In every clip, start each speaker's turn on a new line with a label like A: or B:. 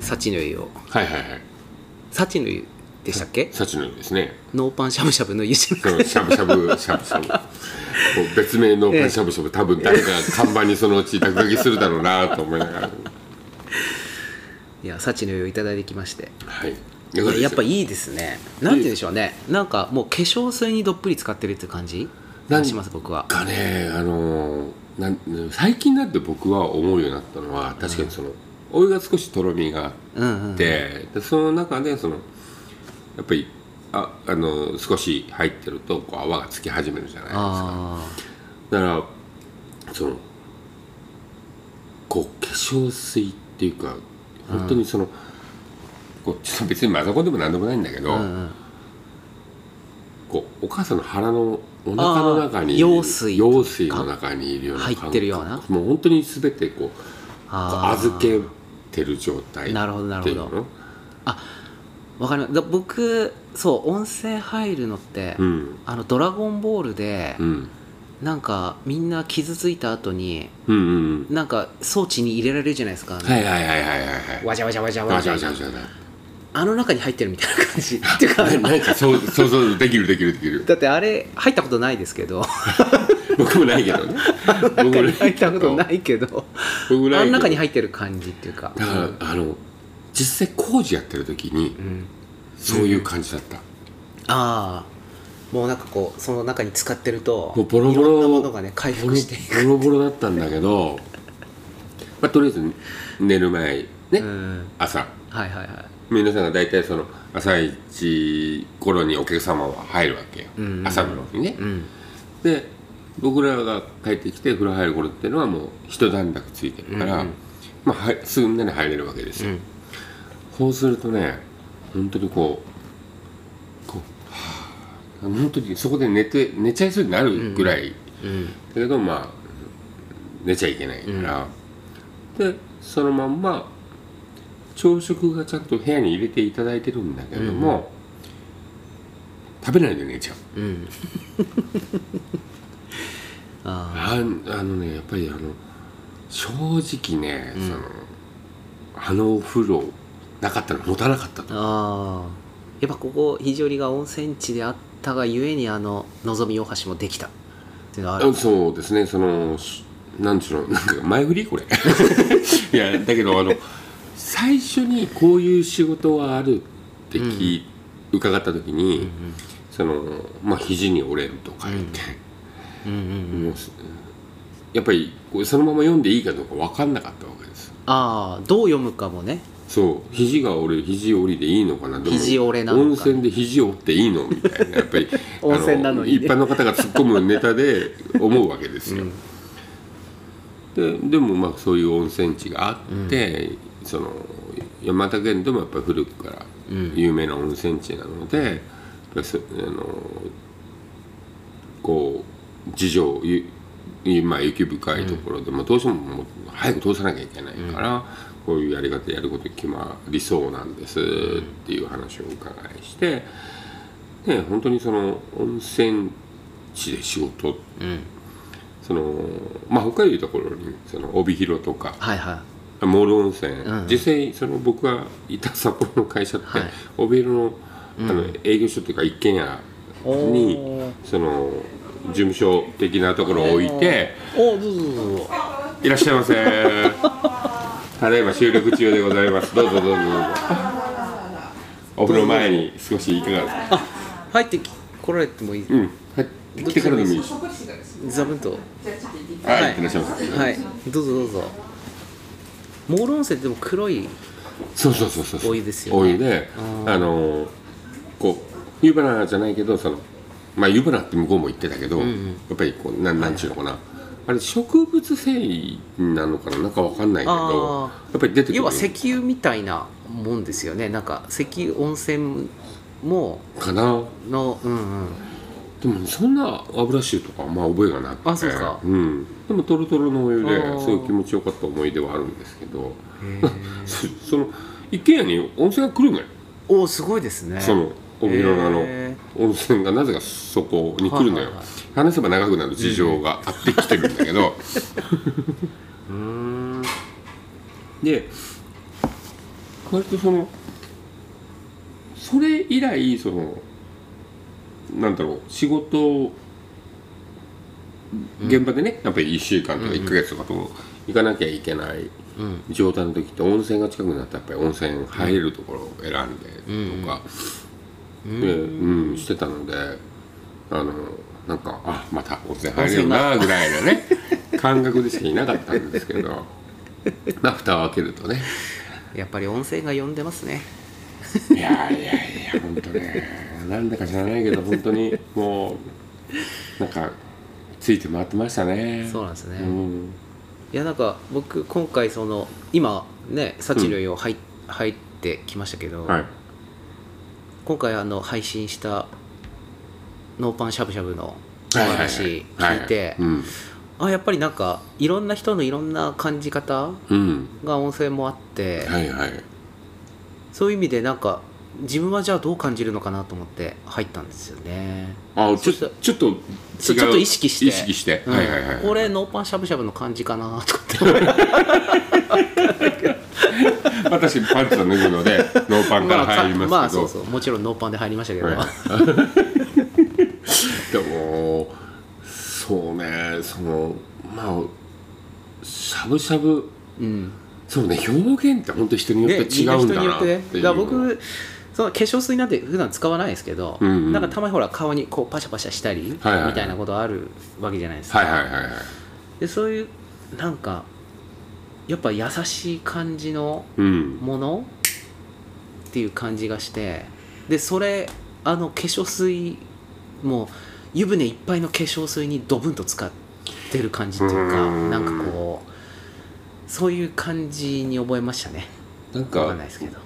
A: 幸の湯を
B: はいはいはい
A: 幸の湯でしたっけ
B: シャチの湯ですね
A: ノーパンしゃぶしゃぶの湯じゃな
B: そ
A: く
B: の
A: て
B: しゃぶしゃぶしゃぶしゃぶこう別名のパンしゃぶしゃぶ多分誰かが看板にそのうち落書きするだろうなと思いながら
A: いや幸の湯をいただいてきまして
B: はい
A: いややっぱ
B: い
A: いいですねなんて言うんでしょうねなんかもう化粧水にどっぷり使ってるっていう感じ
B: なん
A: がします僕は
B: かねあのーなん最近になって僕は思うようになったのは確かにその、お湯が少しとろみがあって
A: うんうん
B: ででその中でそのやっぱりああの少し入ってるとこう泡がつき始めるじゃないですか
A: あ
B: だからそのこう化粧水っていうか本当にその、こうちょっと別にマザコンでも何でもないんだけ
A: あ
B: ど、
A: うんうん
B: こうお母さんの腹のお腹の中に
A: あー羊水とか
B: 羊水の中にいるような感覚
A: 入ってるような
B: もう本当に全てこうこう
A: あー
B: 預けてる状態
A: なるほどなるほど
B: っていうの
A: わかりますだ僕そう音声入るのって、
B: うん
A: あの「ドラゴンボールで」
B: うん
A: なんかみんな傷ついた後に
B: うんうんうん
A: なんか装置に入れられるじゃないですか、
B: はいはいはいはいはいはい。
A: わじゃわじゃわじゃわ
B: あ
A: じ
B: じ
A: ゃ
B: ゃあじゃあじゃあじゃ
A: あの中に入ってるみたいな感じっていうか
B: あ。 ななんかそうそうそうできるできるできる。
A: だってあれ入ったことないですけど
B: 僕もないけど ね。
A: 中
B: 僕も
A: に入ったこと
B: い
A: ないけど
B: けど。僕もない
A: あ
B: け
A: の
B: ど。
A: 中に入ってる感じっていうか
B: だからあの実際工事やってる時に
A: うん、
B: そういう感じだった。
A: ああもうなんかこうその中に使ってると
B: もうボロボ
A: いろんなも
B: ロ
A: のがね回復していく
B: ボロボロだったんだけど、 まあとりあえず寝る前ね、
A: うん
B: 朝
A: はいはいはい
B: 皆さんが大体その朝一頃にお客様は入るわけよ。
A: うんうんうん
B: 朝のにね。
A: うん
B: で僕らが帰ってきて風呂入る頃っていうのはもう一段落ついてるから、
A: うんうん
B: まあ、はいすぐみんなに入れるわけです
A: う
B: よ、
A: ん
B: こうするとね本当にこうこうはぁ本当にそこで寝て寝ちゃいそうになるぐらい、
A: う
B: だ
A: ん
B: けどまあ寝ちゃいけないから、でそのまんま朝食がちゃんと部屋に入れていただいてるんだけども、食べないで寝ちゃう
A: うんあ
B: ああのねやっぱりあの正直ね、
A: うん
B: そのあのお風呂なかったら持たなかった
A: ー
B: と
A: あーやっぱここ肘折が温泉地であったがゆえにあの望み大橋もできたっていうのはある
B: あそうですねそのしなんちゅうのなんか前振 りこれいやだけどあの最初にこういう仕事があるって聞い、伺った時に、そのまあ肘に折れると書いて、
A: うんうんうん
B: もうすやっぱりこうそのまま読んでいいかどうか分かんなかったわけです
A: ああどう読むかもね
B: そう肘が折れる肘折りでいいのかなでも
A: 肘折れなのか
B: 温泉で肘折っていいのみたいなやっぱ り
A: 温泉なのに
B: あ一般の方が突っ込むネタで思うわけですよ、ででもまあそういう温泉地があって、その山形県でもやっぱり古くから
A: うん
B: 有名な温泉地なので、やっぱりそあのこう事情ゆゆまあ雪深いところで、まあ、どうしてももう早く通さなきゃいけないから、こういうやり方やることに決まりそうなんですっていう話をお伺いして、ね、本当にその温泉地で仕事
A: うん
B: その、まあ、北海道いうところにその帯広とか
A: はいはい
B: モール温泉、
A: うん
B: 実際その僕がいた札幌の会社って、
A: はい
B: 帯広のあの営業所っていうか一軒家に、
A: おー
B: その事務所的なところを置いて
A: おどうぞどうぞどうぞ
B: 「いらっしゃいませ」ただいま収録中でございますどうぞどうぞどうぞお風呂前に少しいかがですか
A: 入ってき来られてもいい、
B: うんはい来てからでもいいし
A: 座布団
B: はい、
A: はい
B: い、ってらっしゃいませ、
A: はいどうぞどうぞモール温泉ってでも黒い
B: そうそうそうそうそう
A: お湯ですよね
B: お湯で
A: うん
B: あのこう湯花じゃないけどそのまあ湯花って向こうも言ってたけど、
A: んうん
B: やっぱりこうなんなんちゅうのかな、あれ植物繊維なのかななんかわかんないけど
A: あ
B: やっぱり出てくる
A: 要は石油みたいなもんですよねなんか石油温泉も
B: かな
A: のうんうん
B: でもそんな油臭とかあんま覚えがなくて
A: あそうか
B: うん、でもトロトロのお
A: あ
B: 湯
A: ー
B: ですごい気持ちよかった思い出はあるんですけど
A: へー
B: そその一軒家に温泉が来るのよ
A: おおすごいですね
B: その帯広のあの
A: へ
B: 温泉がなぜかそこに来るのよ、
A: はいはいはい
B: 話せば長くなる事情があってきてるんだ けど、
A: うーん
B: で割とそのそれ以来そのなんだろう仕事を現場でね、やっぱり1週間とか1ヶ月とかと行かなきゃいけない
A: うん
B: 状態の時って温泉が近くなったらやっぱり温泉入れるところを選んでとか、
A: うん
B: でうん、してたのであのなんかあまた温泉入れるなぐらいのね感覚でしかいなかったんですけどまあ蓋を開けるとね
A: やっぱり温泉が呼んでますね
B: いやいやいや本当ねなんだか知らないけど本当にもうなんかついて回ってましたね
A: そうなんですね
B: うん
A: いやなんか僕今回その今ねサチルイを入,、入ってきましたけど、
B: はい
A: 今回あの配信したノーパンしゃぶしゃぶのお
B: はいはいはい
A: 話聞いて
B: はうん
A: あやっぱりなんかいろんな人のいろんな感じ方
B: うん
A: が温泉もあって、
B: はいはい
A: そういう意味でなんか自分はじゃあどう感じるのかなと思って入ったんですよね
B: あち
A: そ
B: ょ
A: したら
B: ちょっと違
A: そう
B: う
A: ちょっと意識して
B: 意識して、
A: うん
B: はいはいはい
A: これノーパンしゃぶしゃぶの感じかなとかって
B: 私パンツを脱ぐ のでノーパンから入りますけど、
A: まあそうそうもちろんノーパンで入りましたけど、
B: はいでもそうねそのまあしゃぶしゃぶ
A: うん
B: そうね表現って本当人によって違うんだなっ
A: ね、み
B: ていう
A: んな人によってねだから僕その化粧水なんて普段使わないですけど、
B: うんうん
A: なんかたまにほら顔にこうパシャパシャしたり、
B: はいはいはい
A: みたいなことあるわけじゃないですか、
B: はいはいはいはい
A: でそういうなんかやっぱ優しい感じの
B: うん
A: ものっていう感じがしてでそれあの化粧水も湯船いっぱいの化粧水にドブンと使ってる感じっていうか
B: うん
A: なんかこうそういう感じに覚えましたね
B: なん
A: わかん
B: か
A: ないですけど、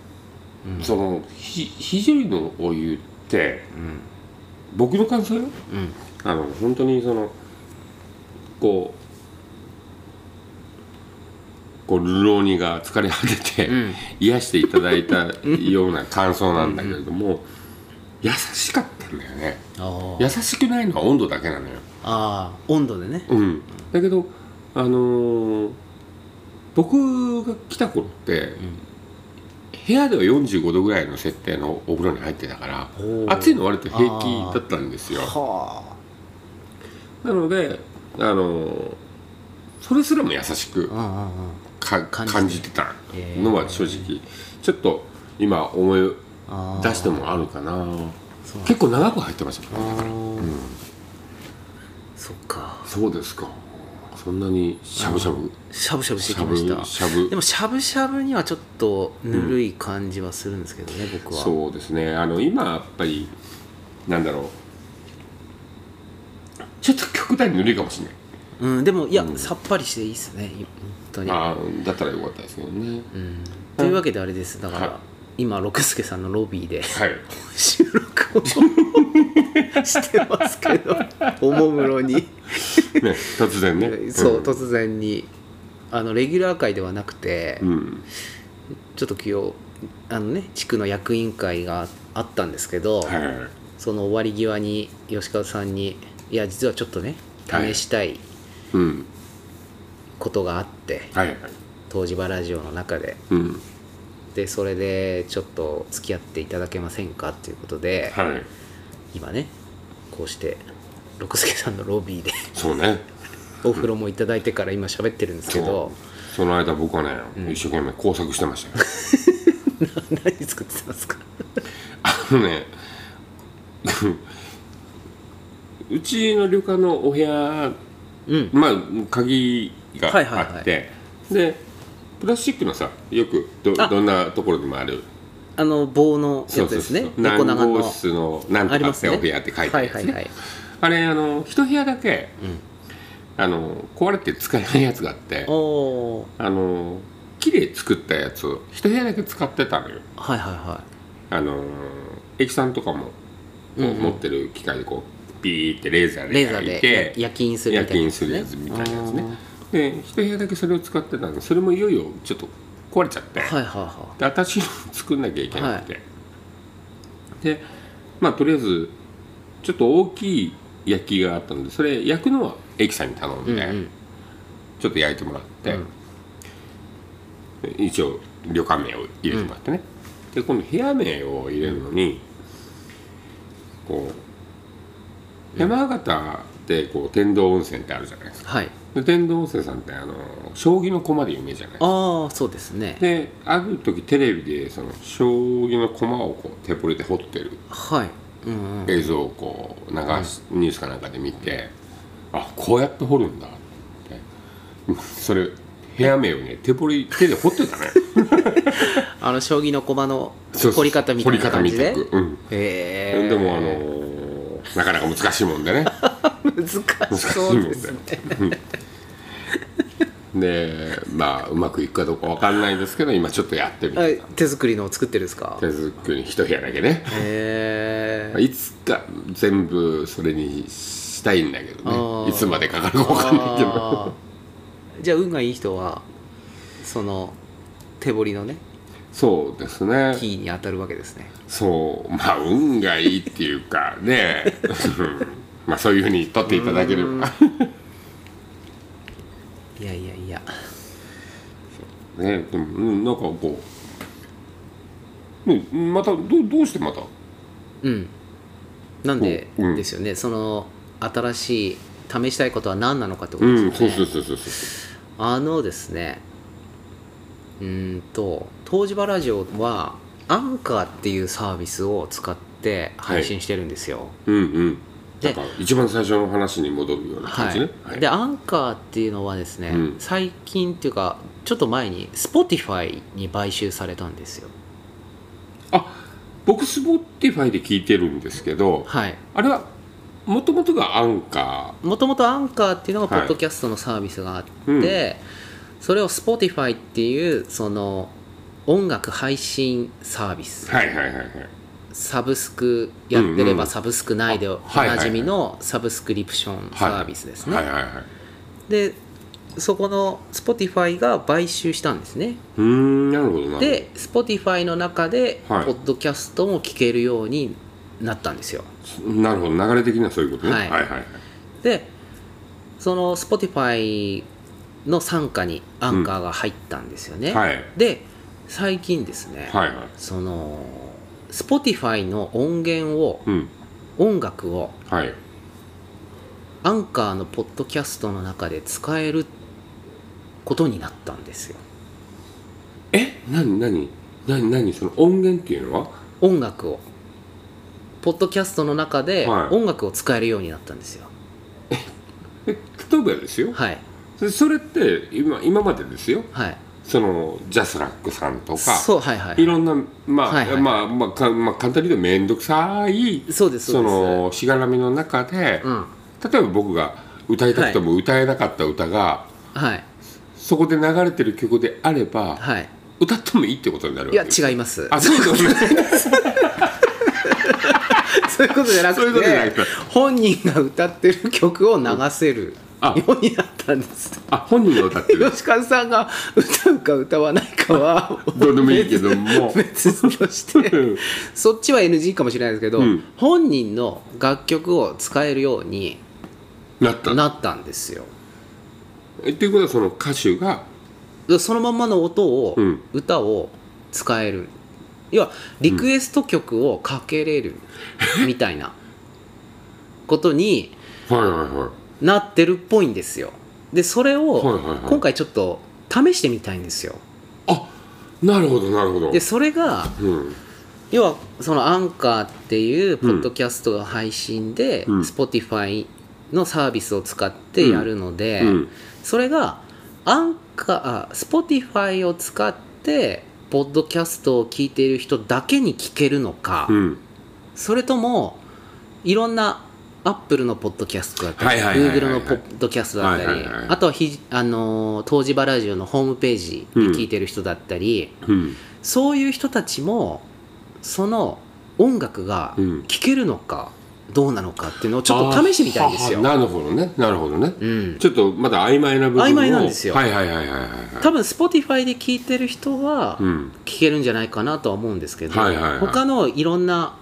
B: そのひ肘のお湯って
A: うん
B: 僕の感想よ
A: うん
B: あの本当にそのこうこう浪人が疲れ果てて、
A: うん
B: 癒していただいたような感想なんだけれども優しかったんだよね
A: あ
B: 優
A: ー
B: しくないのは温度だけなのよ、
A: あー温度でね
B: うん、だけどあのー僕が来た頃って、部屋では45度ぐらいの設定のお風呂に入ってたから
A: おー
B: 暑いの割と平気だったんですよ
A: は
B: なのであのーそれすらも優しく
A: あうんうんうん
B: か
A: 感
B: 感
A: じ
B: じ
A: て
B: てたのは正直ちょっと今思い
A: あー
B: 出してもあるかな
A: そう
B: 結構長く入ってました
A: あ
B: からね
A: ーそっか
B: そうですかそんなにしゃぶしゃぶ
A: しゃぶしゃぶして
B: し
A: き
B: ゃ
A: ま
B: ぶ
A: した
B: しゃぶ
A: でもしゃぶしゃぶにはちょっとぬるい感じはするんですけどね、僕は、
B: そうですねあの今やっぱりなんだろうちょっと極端にぬるいかもしれないう
A: ん、でもいや、さっぱりしていいですね本当に、
B: あーだったらよかったですけどね
A: うん、というわけであれですだから、
B: は
A: 今六輔さんのロビーで
B: はい
A: 収録をしてますけ どおもむろに
B: ね突然 ね
A: そう、
B: ん
A: 突然にあのレギュラー会ではなくて、
B: うん
A: ちょっと今日あのね地区の役員会があったんですけど、
B: はい
A: その終わり際に吉川さんにいや実はちょっとね
B: はい
A: 試したい
B: うん
A: ことがあって、
B: はいはい
A: 東芝ラジオの中で
B: うん
A: でそれでちょっと付き合っていただけませんかっていうことで、
B: はい
A: 今ねこうして六輔さんのロビーで
B: そうね
A: お風呂もいただいてから今喋ってるんですけど
B: そうその間僕はね、一生懸命工作してましたよ
A: 何作ってたんですか
B: あのね うちの旅館のお部屋
A: うん
B: まあ鍵が
A: はいはいはい
B: あって、でプラスチックのさよくど
A: あ
B: どんなところでもある
A: あの棒のやつ
B: そう
A: ですね横
B: 何
A: 長
B: 号
A: の
B: 室のなん
A: あ
B: と
A: り
B: か
A: ま
B: っ
A: す
B: て
A: ね
B: お部屋って書いてあ
A: はい
B: るやつ
A: は
B: ね、
A: いはい
B: あれあの一部屋だけ、
A: ん
B: あの壊れて使えないやつがあって
A: おお
B: あの木で作ったやつを一部屋だけ使ってたのよ
A: ーはいはいは
B: あの駅さんとかもこう
A: うんうん
B: 持ってる機械でこうピーってレーザー
A: いレー
B: で
A: ザー
B: 焼い
A: で
B: て
A: 夜勤する
B: 夜
A: みたいな
B: 勤するやつみたいなやつね
A: あー
B: で一部屋だけそれを使ってたんでそれもいよいよちょっと壊れちゃって、
A: はいはいは
B: で私の作んなきゃいけなくて、でまあとりあえずちょっと大きい焼きがあったのでそれ焼くのは駅さんに頼ん
A: い
B: で、
A: うんうん
B: ちょっと焼いてもらって、
A: うん
B: 一応旅館名を入れてもらってね、で今度部屋名を入れるのに、こう山形ってこう天童温泉ってあるじゃないですか
A: はい
B: で天童温泉さんってあの将棋の駒で有名じゃないですか
A: ああそうですね
B: である時テレビでその将棋の駒をこう手ポレで掘ってる
A: はいうんうん
B: 映像をこう流し、ニュースかなんかで見てあこうやって掘るんだってそれ部屋名をね手掘り手で掘ってたね
A: あの将棋の駒の
B: そうそう
A: 掘り方みたいな感じで
B: 掘り方見ていくうん
A: へえ
B: でもあのーなかなか難しいもんでね
A: 難しそうですね
B: でまあうまくいくかどうかわかんないですけど今ちょっとやってみて、
A: はい手作りのを作ってるんですかへ
B: 手作り一部屋だけね
A: え
B: いつか全部それにしたいんだけ
A: あ
B: ど
A: ー
B: ねいつまでかかるかわかんないけど
A: あーじゃあ運がいい人はその手彫りのね
B: そうですね
A: キーに当たるわけですね
B: そうまあ運がいいっていうかね うんまあそういうふうに取っていただければ
A: いやいやいや
B: ねでもうんなんかこう、ね、またどうどうしてまた
A: うんなんで
B: おうん
A: ですよね、その新しい試したいことは何なのかってこと
B: う
A: ですよね、
B: んそうそうそうそうそ
A: あのですねうーんと東芝ラジオはアンカーっていうサービスを使って配信してるんですよ、
B: ううんうんな
A: で
B: んか一番最初の話に戻るような感
A: は
B: じ
A: い
B: ね、はい
A: でアンカーっていうのはですね、
B: うん
A: 最近っていうかちょっと前に Spotify に買収されたんですよ
B: あ僕スポティファイで聞いてるんですけど
A: はい
B: あれはもともとがアンカ
A: もともとアンカーっていうのがポ
B: はい
A: ッドキャストのサービスがあって、
B: うん
A: それを Spotify っていうその音楽配信サービス、
B: ーはいはいはいはい
A: サブスクやってれ
B: うんう
A: ば
B: ん
A: サブスク内でお
B: はいはいは
A: ないじみのサブスクリプションサービスですね、
B: はいはいはい
A: でそこの Spotify が買収したんですね
B: うーんなるほどな
A: で Spotify の中でポ
B: はい
A: ッドキャストも聞けるようになったんですよ
B: なるほど流れ的にはそういうことね、
A: はい
B: はいはいはい
A: でその Spotify の傘下にアンカーが入ったんですよね、
B: はい
A: で最近ですね、
B: はいはい
A: その Spotify の音源を
B: うん
A: 音楽を
B: はい
A: アンカーのポッドキャストの中で使えることになったんですよ
B: え何何何何その音源っていうのは
A: 音楽をポッドキャストの中で
B: はい
A: 音楽を使えるようになったんですよ
B: え例えばですよ
A: はい
B: それそれって今今までですよ
A: はい
B: そのジャスラックさんとか
A: そうはいはい
B: いろんなまあ、
A: はいはい
B: まあまあかまあ簡単に言うと面倒くさい
A: そうですそうです
B: のしがらみの中で、
A: うん
B: 例えば僕が歌いたくても歌えなかった歌が、
A: はい
B: そこで流れてる曲であれば、
A: はい
B: 歌ってもいいってことになるわ
A: い
B: け
A: や
B: です
A: 違います
B: あそうそうそう
A: そういうことじゃな
B: そういう
A: く
B: ことじゃ
A: て
B: なくて
A: 本人が歌ってる曲を流せる
B: あ
A: ようになったんです
B: あ本人が歌ってる
A: 吉川さんが歌うか歌わないかは
B: どうでもいいけど も
A: 別としてそっちは NG かもしれないですけど、
B: うん
A: 本人の楽曲を使えるように
B: なった
A: なったんですよ
B: えっていうことはその歌手が
A: そのまんまの音を、
B: うん
A: 歌を使える要はリクエスト曲をかけれ るみたいなことに
B: はいはいはい
A: なってるっぽいんですよでそれ
B: はい
A: を
B: はいはい
A: 今回ちょっと試してみたいんですよ
B: あなるほどなるほど
A: でそれが
B: うん
A: 要はそのアンカーっていうポッドキャストが配信で、
B: うん
A: Spotify のサービスを使ってやるので、
B: うん
A: それがアンカーあ Spotify を使ってポッドキャストを聞いている人だけに聞けるのか、
B: うん
A: それともいろんな Apple のポッドキャストだったり
B: はいはいはいはいはい
A: Google のポッドキャストだった
B: はい
A: り
B: はいはい
A: あとはひ、あのー東芝ラジオのホームページで聞いてる人だったり、
B: うん
A: そういう人たちもその音楽が
B: うん
A: 聴けるのかどうなのかっていうのをちょっと試してみたいんですよ
B: あ。ははなるほどねなるほどね、
A: うん、
B: ちょっとまだ曖昧な部分を
A: 曖昧なんですよ
B: はいはいはいはいはいはい
A: 多分 Spotify で聴いてる人は
B: うん
A: 聴けるんじゃないかなとは思うんですけど、
B: はいはいはい
A: 他のいろんな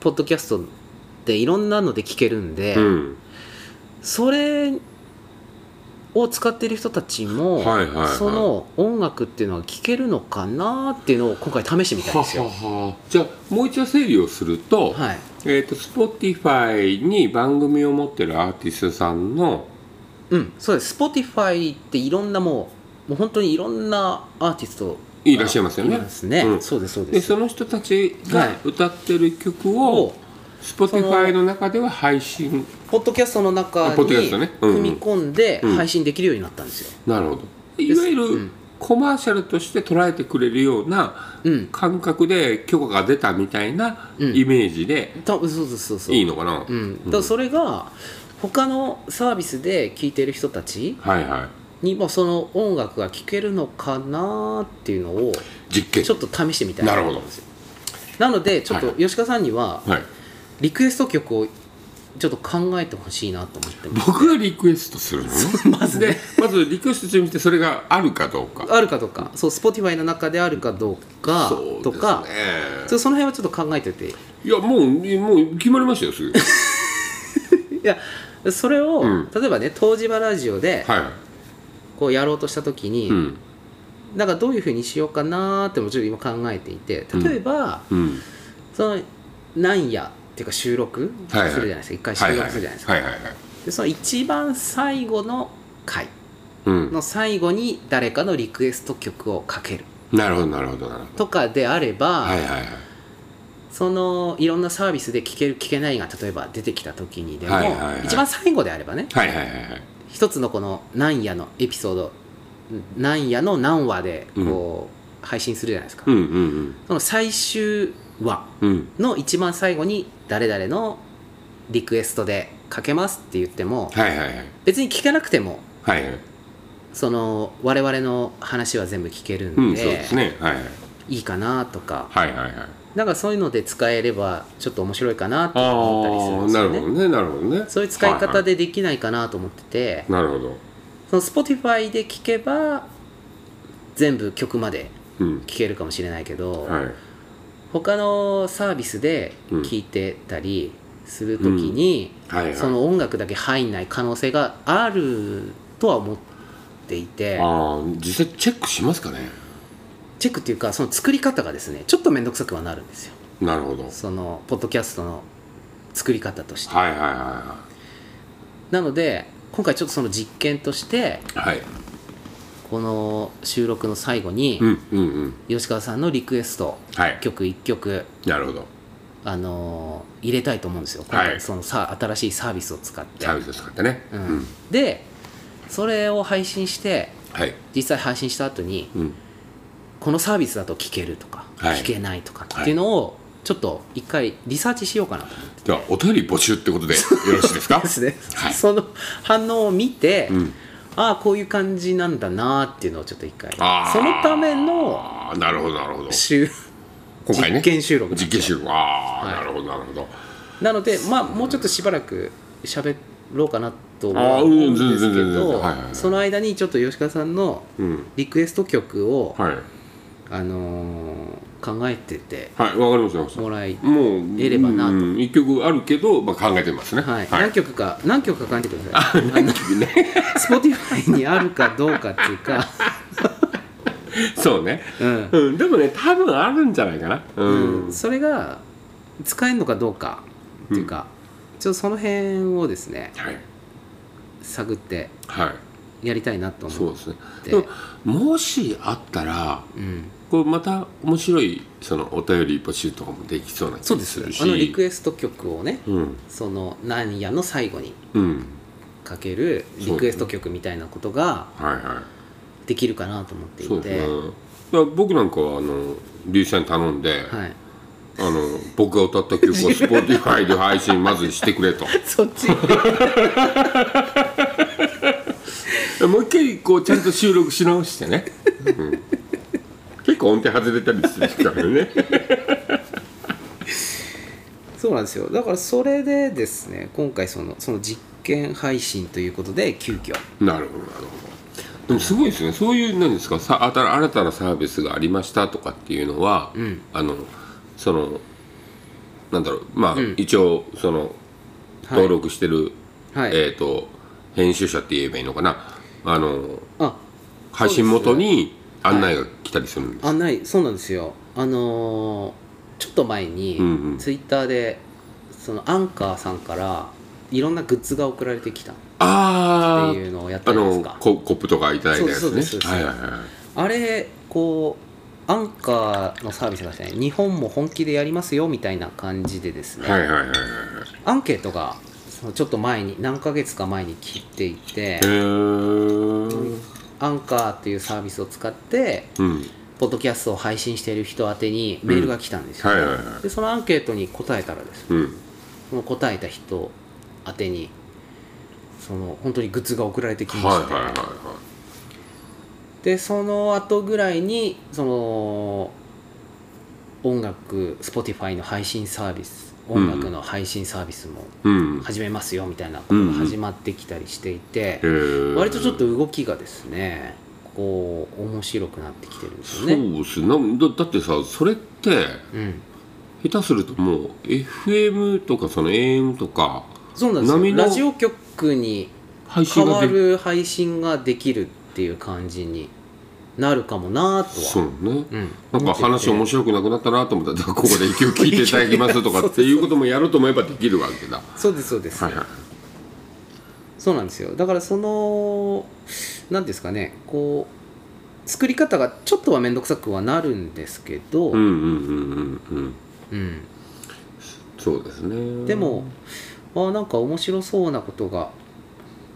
A: ポッドキャストっていろんなので聴けるんで、
B: うん
A: それを使ってる人たちも、
B: はいはいはい
A: その音楽っていうのは聴けるのかなっていうのを今回試してみたんですよ。
B: ははじゃあもう一度整理をすると,、
A: はい、
B: えー、と Spotify に番組を持ってるアーティストさんの
A: うん、そうです。Spotify っていろんなもう、もう本当にいろんなアーティストが
B: いらっしゃいますよね
A: いますね。
B: うん
A: そうですそうで。
B: ですその人たち
A: は
B: が
A: い
B: 歌ってる曲を、
A: を
B: Spotify の中では配信
A: ポッドキャストの中
B: あ
A: に
B: ポッドキャストねうんうん
A: 組み込んで
B: うん
A: 配信できるようになったんですよ。
B: なるほどいわゆ
A: う
B: る
A: ん
B: コマーシャルとして捉えてくれるような
A: うん。
B: 感覚で許可が出たみたいな
A: うん
B: イメージで
A: たそうそうそうそう。
B: いいのかな、
A: うん。だからそれが他のサービスで聴いてる人たち
B: はいはい
A: にもその音楽が聴けるのかなっていうのを
B: 実験
A: ちょっと試してみたい
B: な
A: な
B: るほど
A: なのでちょっと
B: は
A: 吉川さんには
B: はい
A: リクエスト曲をちょっと考えてほしいなと思ってます
B: 僕がリクエストするの
A: まずね
B: でまずリクエストしてみてそれがあるかどうか
A: あるかどうかそう Spotify の中であるかどうか
B: そうですね
A: とかそうその辺はちょっと考えててい
B: いやもうもう決まりました よすぐ
A: やそれを、
B: うん
A: 例えばね東芝ラジオで
B: はい
A: こうやろうとした時に、
B: うん
A: なんかどういうふうにしようかなーってもちょっと今考えていて
B: うん
A: 例えば、
B: うん
A: そのなんやっていうか収録す
B: はいはい
A: るじゃないですか、一
B: は
A: 回
B: い
A: 収
B: はい
A: 録するじゃないですか、
B: はいはいはい
A: でその一番最後の回
B: うん
A: の最後に誰かのリクエスト曲をかける
B: なるほどなるほどなるほ
A: とかであれば、
B: どはいはいはい
A: そのいろんなサービスで聞ける聞けないが例えば出てきた時にでも、
B: はいはいはい
A: 一番最後であればね
B: はいはいはいはい
A: 一つのこの「なんや」のエピソード「なんや」の何話でこう、配信するじゃないですか、
B: うんうん
A: その最終話
B: うんうん
A: の一番最後に誰々のリクエストでかけますって言っても
B: はいはいはい
A: 別に聞かなくても
B: はいはい
A: その我々の話は全部聞ける
B: うんんそう
A: で
B: ですねはいはい
A: いいかなとか
B: はいはいはい
A: なんかそういうので使えればちょっと面白いかなと
B: あ
A: 思ったりするん
B: あ
A: です
B: な
A: よ
B: る
A: ね
B: ほどねなるほどね
A: そういう使い
B: はは
A: 方でできないかなと思ってて
B: なるほど
A: その Spotify で聞けば全部曲まで
B: うん
A: 聞けるかもしれないけど、
B: はい
A: 他のサービスで聞いてたりするときに、
B: はいはい
A: その音楽だけ入んない可能性があるとは思っていて
B: ああ実際チェックしますかね
A: チェックっていうかその作り方がですねちょっと面倒くさくはなるんですよ
B: なるほど
A: そのポッドキャストの作り方として
B: はいはいは
A: なので今回ちょっとその実験として
B: いはいはい
A: この収録の最後に
B: うんうんうん
A: 吉川さんのリクエスト
B: はい
A: 曲1曲
B: なるほど
A: あのー入れたいと思うんですよ、今
B: はい
A: 回そのさ新しいサービスを使って
B: サービスを使ってね
A: う
B: うんん
A: でそれを配信して
B: はい
A: 実際配信した後に
B: うん
A: このサービスだと聞けるとか、
B: はい
A: 聞けないとかっていうのをちょっと一回リサーチしようかなと思って
B: ではお便り募集ってことでよろしいですか
A: ですね、
B: は い
A: その反応を見て、
B: うん
A: ああこういう感じなんだなーっていうのをちょっと一回
B: あー
A: そのための
B: あーなるほどなるほど
A: 収
B: 今回ね
A: 実験収録
B: 実験収録ああ
A: はい
B: なるほどなるほど
A: なのでまあもうちょっとしばらく喋ろうかなと
B: あ
A: は
B: ーうん
A: 思うんです
B: 全然
A: け
B: 全然
A: ど
B: はいはいはい
A: その間にちょっと吉川さんの
B: うん
A: リクエスト曲を、
B: はい
A: あのー考えてて
B: はいわかりましたわかりました
A: もらい
B: もう
A: 得ればなと
B: うん一曲あるけど、まあ、考えてますね
A: はい、
B: はい
A: 何曲か何曲か書いてください
B: 何曲 ね
A: スポティファイにあるかどうかっていう か
B: そうね、
A: うん、
B: うん、でもね多分あるんじゃないかなう
A: うん
B: ん、
A: それが使えるのかどうかっていうか、ちょっとその辺をですね
B: はい
A: 探って
B: はい
A: やりたいなと思
B: そう
A: う
B: ですね
A: で
B: でももしあったら
A: うん、
B: これまた面白いそのお便り募集とかもできそうな気
A: そう
B: が
A: ですす
B: るし
A: あのリクエスト曲をね
B: うん
A: その何やの最後に
B: うん
A: かけるリクエスト曲みたいなことが
B: はいは
A: できるかなと思って
B: い
A: い
B: そう
A: て、
B: ですねだから僕なんかはあの龍さんに頼んで、
A: はい、
B: あの僕が歌った曲を Spotify で配信まずしてくれ と
A: そっ ち
B: もう一回こうちゃんと収録し直してね、うん結構音程外れたりするからね
A: そうなんですよだからそれでですね今回そのその実験配信ということで急遽
B: なるほどなるほどでもすごいですねそういう何ですかさ新た新たなサービスがありましたとかっていうのは、
A: ん
B: あのそのなんだろうまあ、一応その
A: はい
B: 登録してる、
A: はい
B: えっ、と編集者って言えばいいのかなあの
A: あ
B: 配信元に
A: そうです
B: 案内が来たりするんです、
A: あないそうなんですよあのーちょっと前に、
B: うんうん
A: ツイッターでそのアンカーさんからいろんなグッズが送られてきたっ
B: あ
A: ていうのをやっ
B: あ
A: た
B: あ
A: んです
B: の
A: か
B: ココップとかいただいたや
A: そう
B: つ
A: ですそうで
B: ね
A: す
B: はいはいはい
A: あれこうアンカーのサービスがですね日本も本気でやりますよみたいな感じでですね、
B: はいはいはいはい
A: アンケートがそのちょっと前に何ヶ月か前に切っていて
B: へー
A: アンカーっていうサービスを使って
B: うん
A: ポッドキャストを配信している人宛てにメールが来たんですよ、
B: はいはいはい
A: でそのアンケートに答えたらですね
B: うん
A: その答えた人宛てにその本当にグッズが送られてきま
B: はい
A: して、
B: はいはいはい
A: でその後ぐらいにその音楽 Spotify の配信サービス音楽の配信サービスも
B: うん
A: 始めますよみたいなことが始まってきたりしていて、
B: へー
A: 割とちょっと動きがですねこう面白くなってきてるんです
B: そ
A: よ
B: う
A: ね。
B: ですねなんだだってさそれって
A: うん、
B: 下手するともう FM とかその AM とか
A: そうなんです
B: 波
A: よ
B: の
A: ラジオ局に
B: 配信
A: 変
B: が
A: わ
B: でき
A: る配信ができるっていう感じになるかもなとは
B: そうね、
A: うん
B: なんか話面白くなくなったなと思ったら ここで一曲聞いていただきますとかっていうこともやろうと思えばできるわけだ
A: そうですそうです、
B: はいはい
A: そうなんですよだからその何ですかねこう作り方がちょっとは面倒くさくはなるんですけど、
B: うんうんうんうんうん
A: うん
B: そうですね
A: でもあなんか面白そうなことが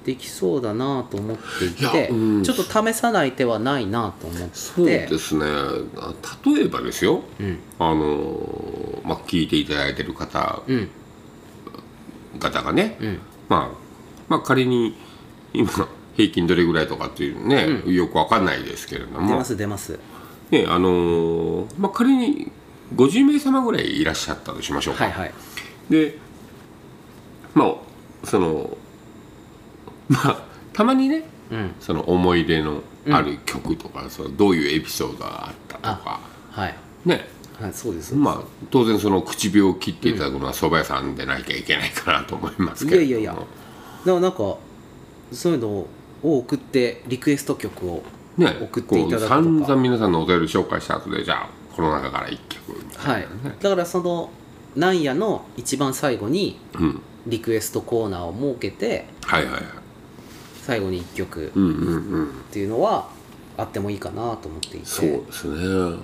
A: できそうだなと思ってい
B: い
A: て
B: やうん
A: ちょっと試さない手はないなと思って
B: そうですねあ例えばですよ
A: うん
B: あのまあ聞いていただいてる方
A: うん
B: 方がね、
A: うん
B: まあ、まあ仮に今平均どれぐらいとかっていうね、よくわかんないですけれど
A: 出
B: も
A: ま、す出ます
B: ねあのーまあ、仮に50名様ぐらいいらっしゃったとしましょうか、
A: はいはい
B: でまあそのまあたまにね
A: うん
B: その思い出のある曲とか、そのどういうエピソードがあったとか
A: はい
B: ね
A: はいそうです
B: まあ当然その口火を切っていただくのは蕎麦屋さんでなきゃいけないかなと思います
A: い
B: け
A: や
B: れども
A: いやいやだからなんかそういうのを送ってリクエスト曲を
B: ね、
A: 送っていただくとか
B: こう散々皆さんのお便り紹介した後でじゃあこの中から一曲みた
A: はいい
B: なね、
A: だからそのなんやの一番最後に
B: うん、
A: リクエストコーナーを設けて
B: はいはいはい
A: 最後に1曲
B: うんうんうん
A: っていうのはあってもいいかなと思っていて
B: そうですね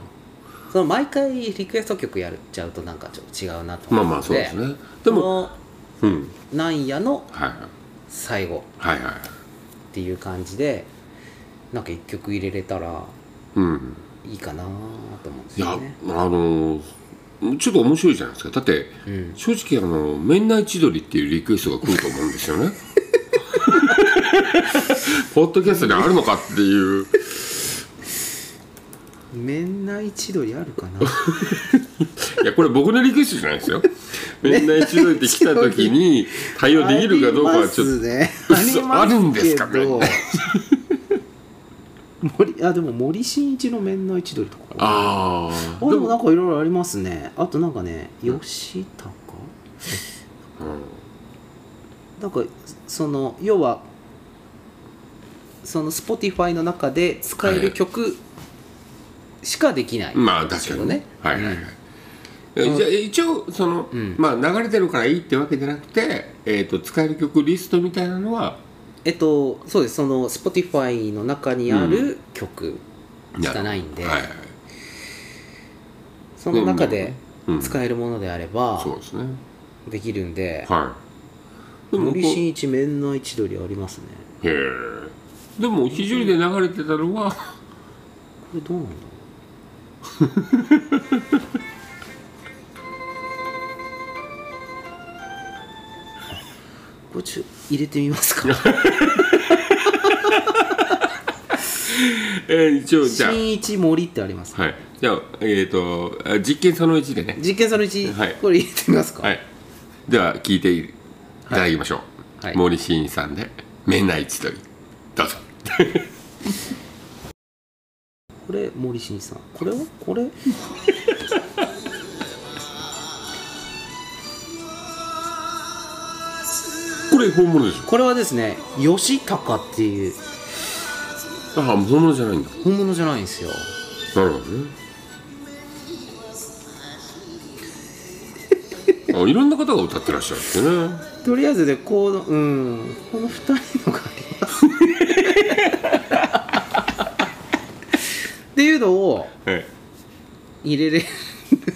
A: その毎回リクエスト曲やっちゃうとなんかちょっと違うなと
B: まあ
A: 思
B: まあそうですねで
A: で
B: も
A: も
B: うん
A: このなんやの
B: はい
A: 最後
B: はいはいはい
A: っていう感じでなんか1曲入れれたら
B: うん
A: いいかなと思うんです
B: いやあ
A: よね
B: のちょっと面白いじゃないですかだって
A: うん
B: 正直あの「面内千鳥」っていうリクエストが来ると思うんで すよねポッドキャストにあるのかっていう
A: 面内千鳥あるかな
B: いやこれ僕のリクエストじゃないで すよ。面内千鳥って来た時に対応できるかどうかはちょっと。
A: ありますね
B: 嘘あるんですか
A: あります けど森あでも森進一の面内千鳥とか
B: あ
A: あ
B: あ。
A: でもなんかいろいろありますねあとなんかね吉高なんかその要はその Spotify の中で使え
B: は
A: る
B: い
A: 曲しかできない、
B: まあ確かにね。はいはいはい。えじゃあ一応その、
A: うん
B: まあ流れてるからいいってわけじゃなくて、えっ、と使える曲リストみたいなのは
A: えっとそうですその Spotify の中にある曲しかないんで、
B: はいはい。
A: その中で
B: うん
A: 使えるものであれば
B: そうですね。
A: できるんで、
B: はい。でもこ
A: 森
B: う
A: 進一面の一鳥ありますね
B: へえ。でも非常にで流れてたのは
A: これどうなんだろう これちょ入れてみますか
B: えー一 応じゃあ
A: 新一森ってあります、
B: はい。じゃあ、えっ、と、あ実験その1でね。
A: 実験されるうち、
B: はい
A: これ入れてみますか、
B: はい。では、聞いていただきましょう。
A: はい
B: 森進一さんで、面内千鳥。どうぞ。
A: これ森進一さんこれはこれ
B: これ本物でしょ。
A: これはですね吉高っていう
B: ああ本物じゃないんだ
A: 本物じゃないんですよ
B: なるほ どねあいろんな方が歌ってらっしゃるんですね
A: とりあえずでこのうんこの2人のがありますっていうのを
B: はい
A: 入れれ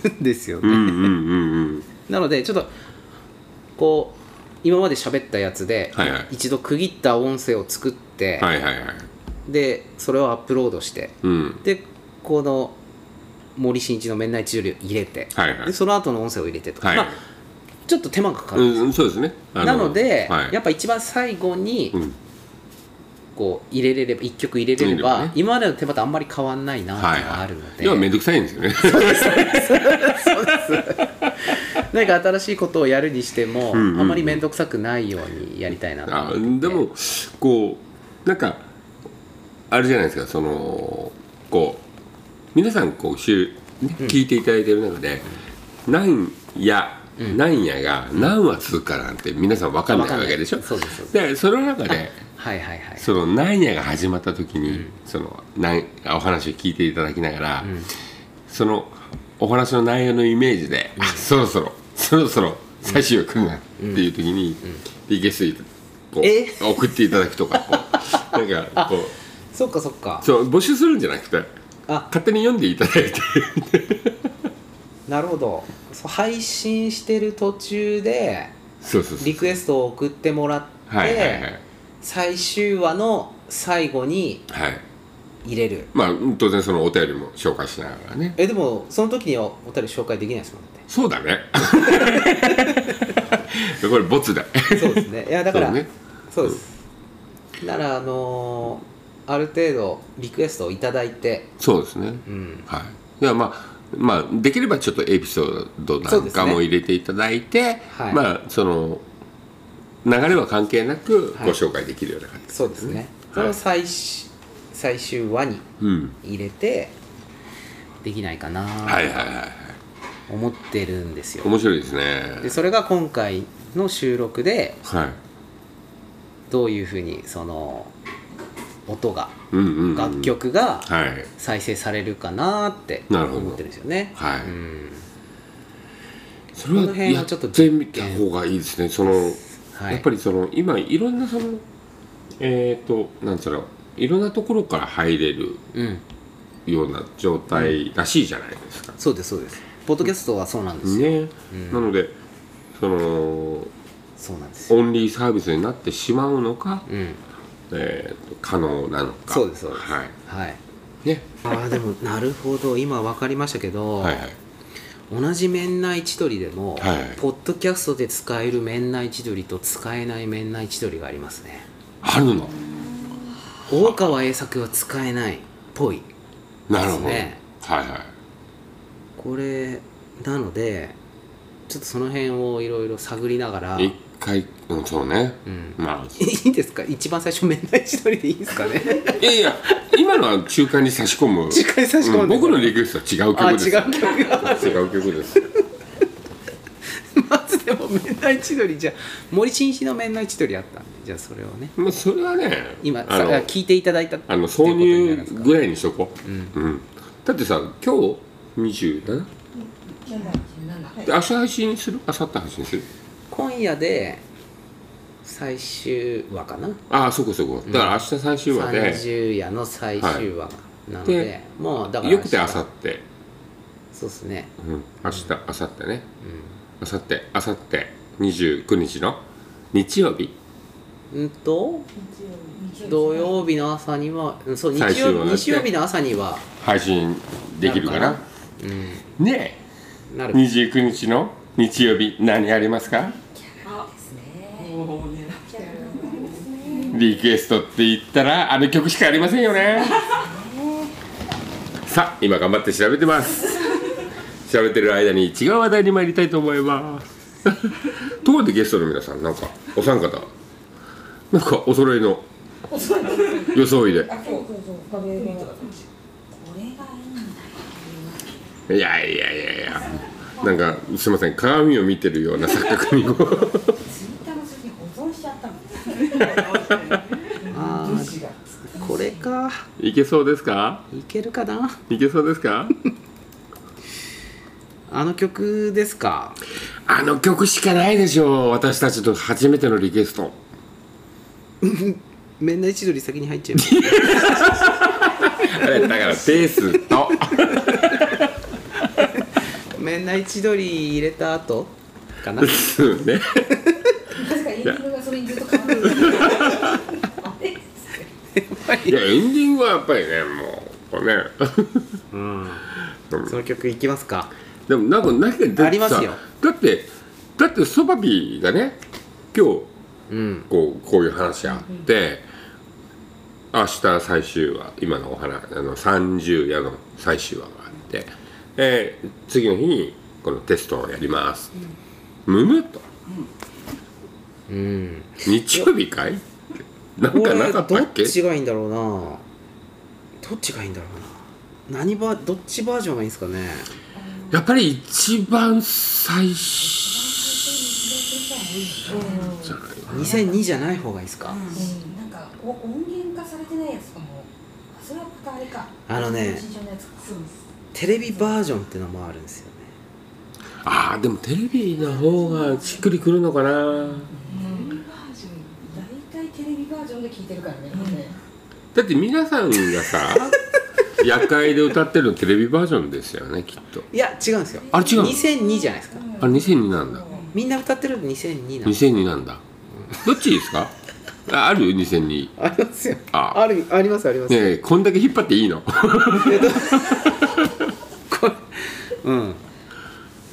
A: るんですよね、
B: うんうんうんうん
A: なのでちょっとこう今まで喋ったやつで、
B: はいはい
A: 一度区切った音声を作って、
B: はいはいはい
A: でそれをアップロードして
B: うん
A: でこの森進一の「面内治療」を入れて、
B: はいはい
A: でその後の音声を入れてとか、
B: はい
A: まあ、ちょっと手間がかか
B: う
A: るん
B: ん
A: ですよ、
B: うんそうですねあ
A: なので、
B: はい
A: やっぱ一番最後に、
B: うん
A: こう入れれれば一曲入れれれ
B: 入れれば
A: ば
B: ね
A: 今までの手間とあんまり変わんないなっていうのがあるので、
B: 要はめんどくさいんですよね
A: 何か新しいことをやるにしても、
B: んうんうん
A: あんまり面倒くさくないようにやりたいなと思
B: あ
A: って
B: でもこうなんかあれじゃないですかそのこう皆さんこうし聞いていただいてる中で、なんや、なんやが何は続くかなんて皆さん分かんないわけでしょ
A: わかんないそうですそうで
B: でその中で
A: はいはいはい
B: その「なんや」が始まった時に、そのなんお話を聞いていただきながら、そのお話の内容のイメージで、あ そろそろそろそろ最終くんなっていう時に、リクエストをこ
A: え
B: う送っていただくとかこ うなんかこう
A: そっかそっか
B: そう募集するんじゃなくて
A: あ
B: 勝手に読んでいただいて
A: なるほどそう配信してる途中で
B: そうそうそう
A: リクエストを送ってもらって、
B: はいはいはい
A: 最終話の最後に
B: はい
A: 入れる
B: まあ当然そのお便りも紹介しながらね
A: えでもその時にはお便り紹介できないですもんね
B: そうだ ねこれボツだ
A: そうですね。いやだから
B: そ
A: そうう,、
B: ね
A: です。ならあのーある程度リクエストをいただいて、
B: そうですね、
A: うん、
B: はい、ではまあまあできればちょっとエピソードな
A: そうんです
B: か
A: ね
B: も入れていただいて、
A: はい
B: まあその流れは関係なく
A: はい
B: ご紹介できるような感じ、
A: そうですね。そ
B: は
A: の
B: い
A: 最終最終話に
B: うん
A: 入れてできないかな
B: はいはいはいはい
A: 思ってるんですよ。
B: 面白いですね
A: でそれが今回の収録で
B: はい
A: どういうふうにその音が
B: うんうんうん
A: 楽曲が
B: はい
A: 再生されるかなって
B: なるほど
A: 思ってるんですよね。
B: はい
A: うん
B: それ
A: この辺
B: は
A: はち
B: ちょ
A: ょっ
B: っと
A: と
B: 全見た方がいいですねその、
A: はい
B: やっぱりその今いろんなそのえっ、となんつうのいろんなところから入れる
A: うん、
B: ような状態らしいじゃないですか、
A: そうですそうです。ポッドキャストはそうなんですよ。
B: ね、なのでその
A: そうなんですよ。
B: オンリーサービスになってしまうのか、
A: うん、
B: えーと可能なのか
A: そうですそうです
B: はい
A: はい。
B: ね
A: ああでもなるほど今分かりましたけど、
B: はいはい
A: 同じ面内千鳥でも、
B: はいはい
A: ポッドキャストで使える面内千鳥と使えない面内千鳥がありますね
B: あるの
A: 大川栄作は使えないっぽい
B: なるほ
A: で
B: ど、
A: すね
B: はいはい
A: これなのでちょっとその辺をいろいろ探りながら
B: 一回うんそうね、
A: ん
B: まあ
A: いいですか一番最初面内千鳥でいいですかね
B: いやいや今のは中間に差し込む
A: 中間に差し込む
B: うん僕のリクエストは違う
A: あ
B: 曲
A: 違
B: で
A: う
B: す
A: 曲が
B: 違う曲です
A: まずでも面内千鳥じゃ森進一の面内千鳥あったんでじゃあそれをね
B: まあそれはね
A: 今
B: あ
A: さ
B: の
A: 聞いていただいた
B: あの
A: っていうこ
B: 挿
A: とになるんです
B: 入
A: か
B: ぐらいにしとこう、うんだってさ今日 27? で明日配信する明後日配信する
A: 今夜で最終話かな
B: ああそこそこだから明日最終話で、
A: 30夜の最終話なので,、
B: で
A: もうだから
B: よくて明
A: 明日
B: 後日
A: そうですね
B: うん明日明後日ね、明後日明後日29日の日曜日
A: うんと土曜日の朝にはうんそう日
B: 最終話
A: 曜
B: だって
A: 日日曜日の朝には
B: 配信できるかな
A: なるか
B: ね
A: な
B: え
A: る
B: 29日の日曜日何ありますかリクエストって言ったらあの曲しかありませんよねさあ今頑張って調べてます調べてる間に違う話題に参りたいと思います ところでゲストの皆さんなんかお三方なんかお揃いの装いで いやいやいやいやなんかすいません鏡を見てるような錯覚にこう
A: あーこれか
B: けそうですか
A: いけるかない
B: けそうですか
A: あの曲ですか
B: あの曲しかないでしょう私たちと初めてのリクエスト
A: みんな一り先に入っちゃいます
B: あれだからですと
A: みんな一り入れた後か な
B: ですね
C: 確かにエンディングがそれにずっと変わるんだよあれ
B: いやエンディングはやっぱりねもうこうね
A: うんその曲いきますか
B: でもなんか何か出て
A: ありますよ
B: だってだってそばビーがね今日
A: うん
B: こうこういう話あって、明日最終話今のお話あの30夜の最終話があって、えー次の日にこのテストをやります、むむっと
A: うん
B: 日曜日かいなんかな
A: 俺
B: か
A: ど
B: ったっ
A: っ
B: け
A: ちがいいんだろうなどっちがいいんだろうな何バどっちバージョンがいいんですかね
B: やっぱり一番最初じゃないかな
A: 2002じゃない方がいいですか
C: うんなんかお音源化されてないやつかもあそれはまたあれか
A: あのね
C: 新書のやつかそうです
A: テレビバージョンってのもあるんですよね
B: ああでもテレビの方がしっくりくるのかな
C: 大体テレビバージョンで聞いてるからね、
B: だって皆さんが さ夜会で歌ってるのテレビバージョンですよねきっと
A: いや違うんですよ
B: あれ違うの
A: 2002じゃないですか
B: あれ2002なんだ
A: みんな歌ってるの2002なんで
B: 2002なんだどっちですかあある2002
A: ありますよ
B: あ
A: あるありますあります、
B: ねえこんだけ引っ張っていい の
A: これうん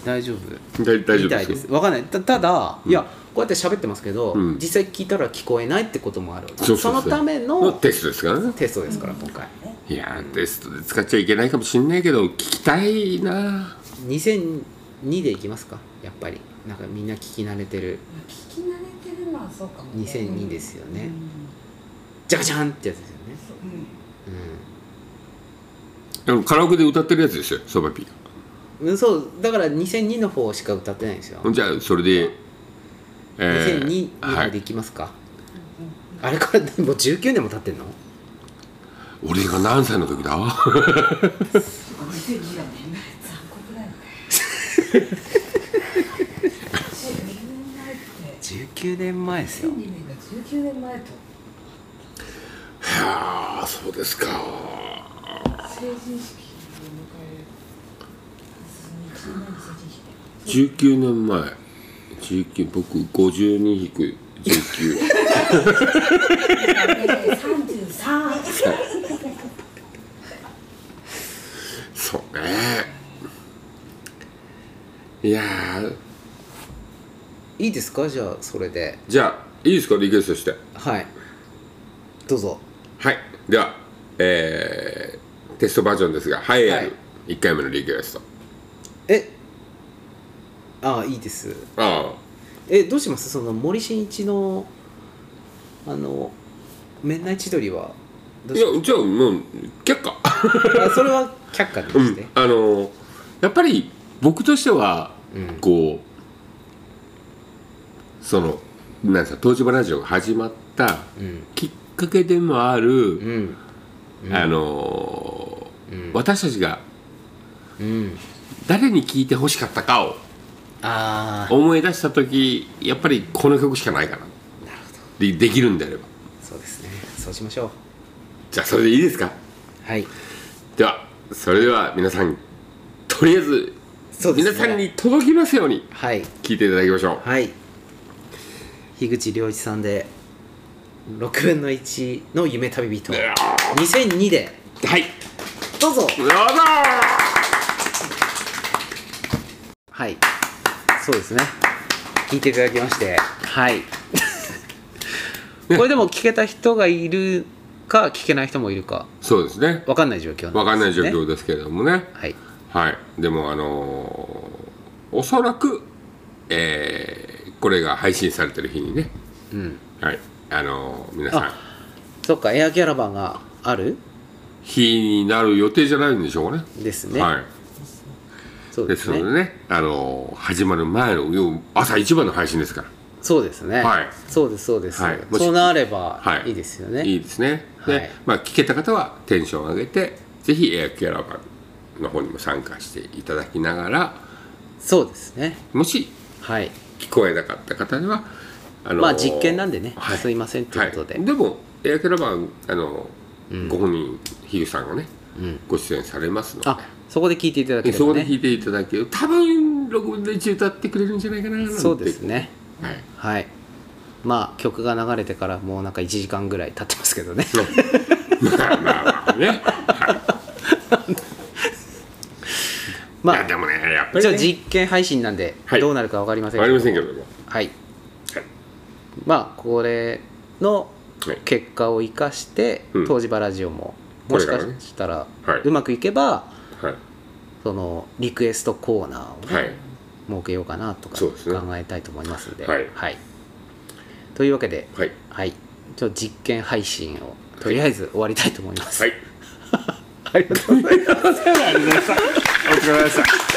A: 大丈夫
B: 大大丈夫
A: みた
B: で
A: い
B: すよ
A: ですわかんないたただ、いやこうやって喋ってますけど、
B: うん
A: 実際聞いたら聞こえないってこともある
B: そうそうそう
A: のため
B: の
A: の
B: テストですからね
A: テストですから今回
B: いやーテストで使っちゃいけないかもしんないけど聞きたいな
A: 2002でいきますかやっぱりなんかみんな聞き慣れてる
C: まあ聞き慣れてるのはそうかも、ね、
A: 2002ですよね
C: うん
A: ジャジャンってやつですよね、
C: そ
B: で
C: う
B: もカラオケで歌ってるやつですよそばピー
A: うんうん、そうだから2002の方しか歌ってないんですよ、
B: がじゃあそれで、え
A: 2002
B: ーは
A: までい
B: い、
A: きますか、あれからでも19年も経ってんの
B: 俺が何歳の時だ
C: 2002だね残酷だよね10年前って
A: 19年前ですよ
C: 2002年が19年前と
B: はあそうですか
C: 成人式を迎えるその1年前の成人式
B: 19年前19僕52引く19
C: 33
B: そうねいやー
A: いいですかじゃあそれで
B: じゃあいいですかリクエストして
A: はいどうぞ
B: はいではえーテストバージョンですが栄えあ
A: はい
B: る1回目のリクエスト
A: えああいいです
B: あ
A: えどうしますその森進一のあの「面内千鳥」はどう
B: あい
A: しま
B: やじゃあもう却
A: す
B: 下
A: あそれは却下に
B: う
A: して
B: ん、あのーやっぱり僕としては
A: うん
B: こうそのなんですか東芝ラジオが始まった
A: うん
B: きっかけでもある、
A: うん
B: あのー
A: うん
B: 私たちが
A: うん
B: 誰に聴いてほしかったかを
A: ああ
B: 思い出した時やっぱりこの曲しかないかな
A: なるほど
B: でできるんであれば
A: そうですねそうしましょう
B: じゃあそれでいいですか
A: はい
B: ではそれでは皆さんとりあえず、
A: そうです
B: 皆
A: ね
B: さんに届きますように
A: はい
B: 聴いていただきましょう
A: はい樋口良一さんで6分の1の夢旅人2002で
B: はい
A: どうぞ
B: どうぞ
A: はいそうですね聞いていただきましてはい これでも聞けた人がいるか聞けない人もいるか
B: そうですね
A: 分かんない状況
B: わかんない状
A: ね
B: 況ですけれどもね
A: はい
B: はいでもあのーおそらく、えーこれが配信されてる日にね
A: うん
B: はいあのー皆さん
A: そっかエアキャラバンがある
B: 日になる予定じゃないんでしょうかね
A: ですね、
B: はい
A: そうで
B: です
A: す
B: の
A: ね
B: でねあのー始まる前の要は朝一番の配信ですか
A: そうですね、
B: はい
A: そうですそうです、
B: はいもし
A: そうなれば
B: はい
A: いいですよね、
B: らいいですねで、
A: はい
B: まあ、聞けた方はテンション上げてぜひエアキャラバンの方にも参加していただきながら
A: そうですね
B: もし
A: はい
B: 聞こえなかった方にはあの
A: まあ実験なんでね
B: はい
A: すいませんということで
B: はいでもエアキャラバンあの、
A: うん
B: ご本人ヒルさんがね
A: うん
B: ご出演されますので
A: あそこで聞いていただけ
B: え
A: れ
B: そこ
A: ば
B: で
A: ね
B: 聞いていただける多分6分の1歌ってくれるんじゃないかななんて
A: そうですね
B: はい
A: はいまあ曲が流れてからもうなんか1時間ぐらい経ってますけどね
B: まあまあまあね、はい
A: ま
B: いや
A: あ
B: でもねやっぱり、ね、
A: じゃあ実験配信なんで
B: はい
A: どうなるか分かりません
B: わかりませんけども
A: はい
B: はい
A: まあこれの
B: はい
A: 結果を生かして
B: うん
A: 東芝ラジオも
B: こ
A: も
B: れ
A: し
B: から
A: か
B: ね
A: したら
B: はいう
A: まくいけば
B: はい
A: そのリクエストコーナーをね
B: はい
A: 設けようかなとか
B: そうですね
A: 考えたいと思いますんで、
B: はい
A: というわけで、
B: はい
A: はい、ちょっと実験配信をとりあえず終わりたいと思います。
B: はい
A: ありがとうございます
B: ありがとうございましたお疲れ様でした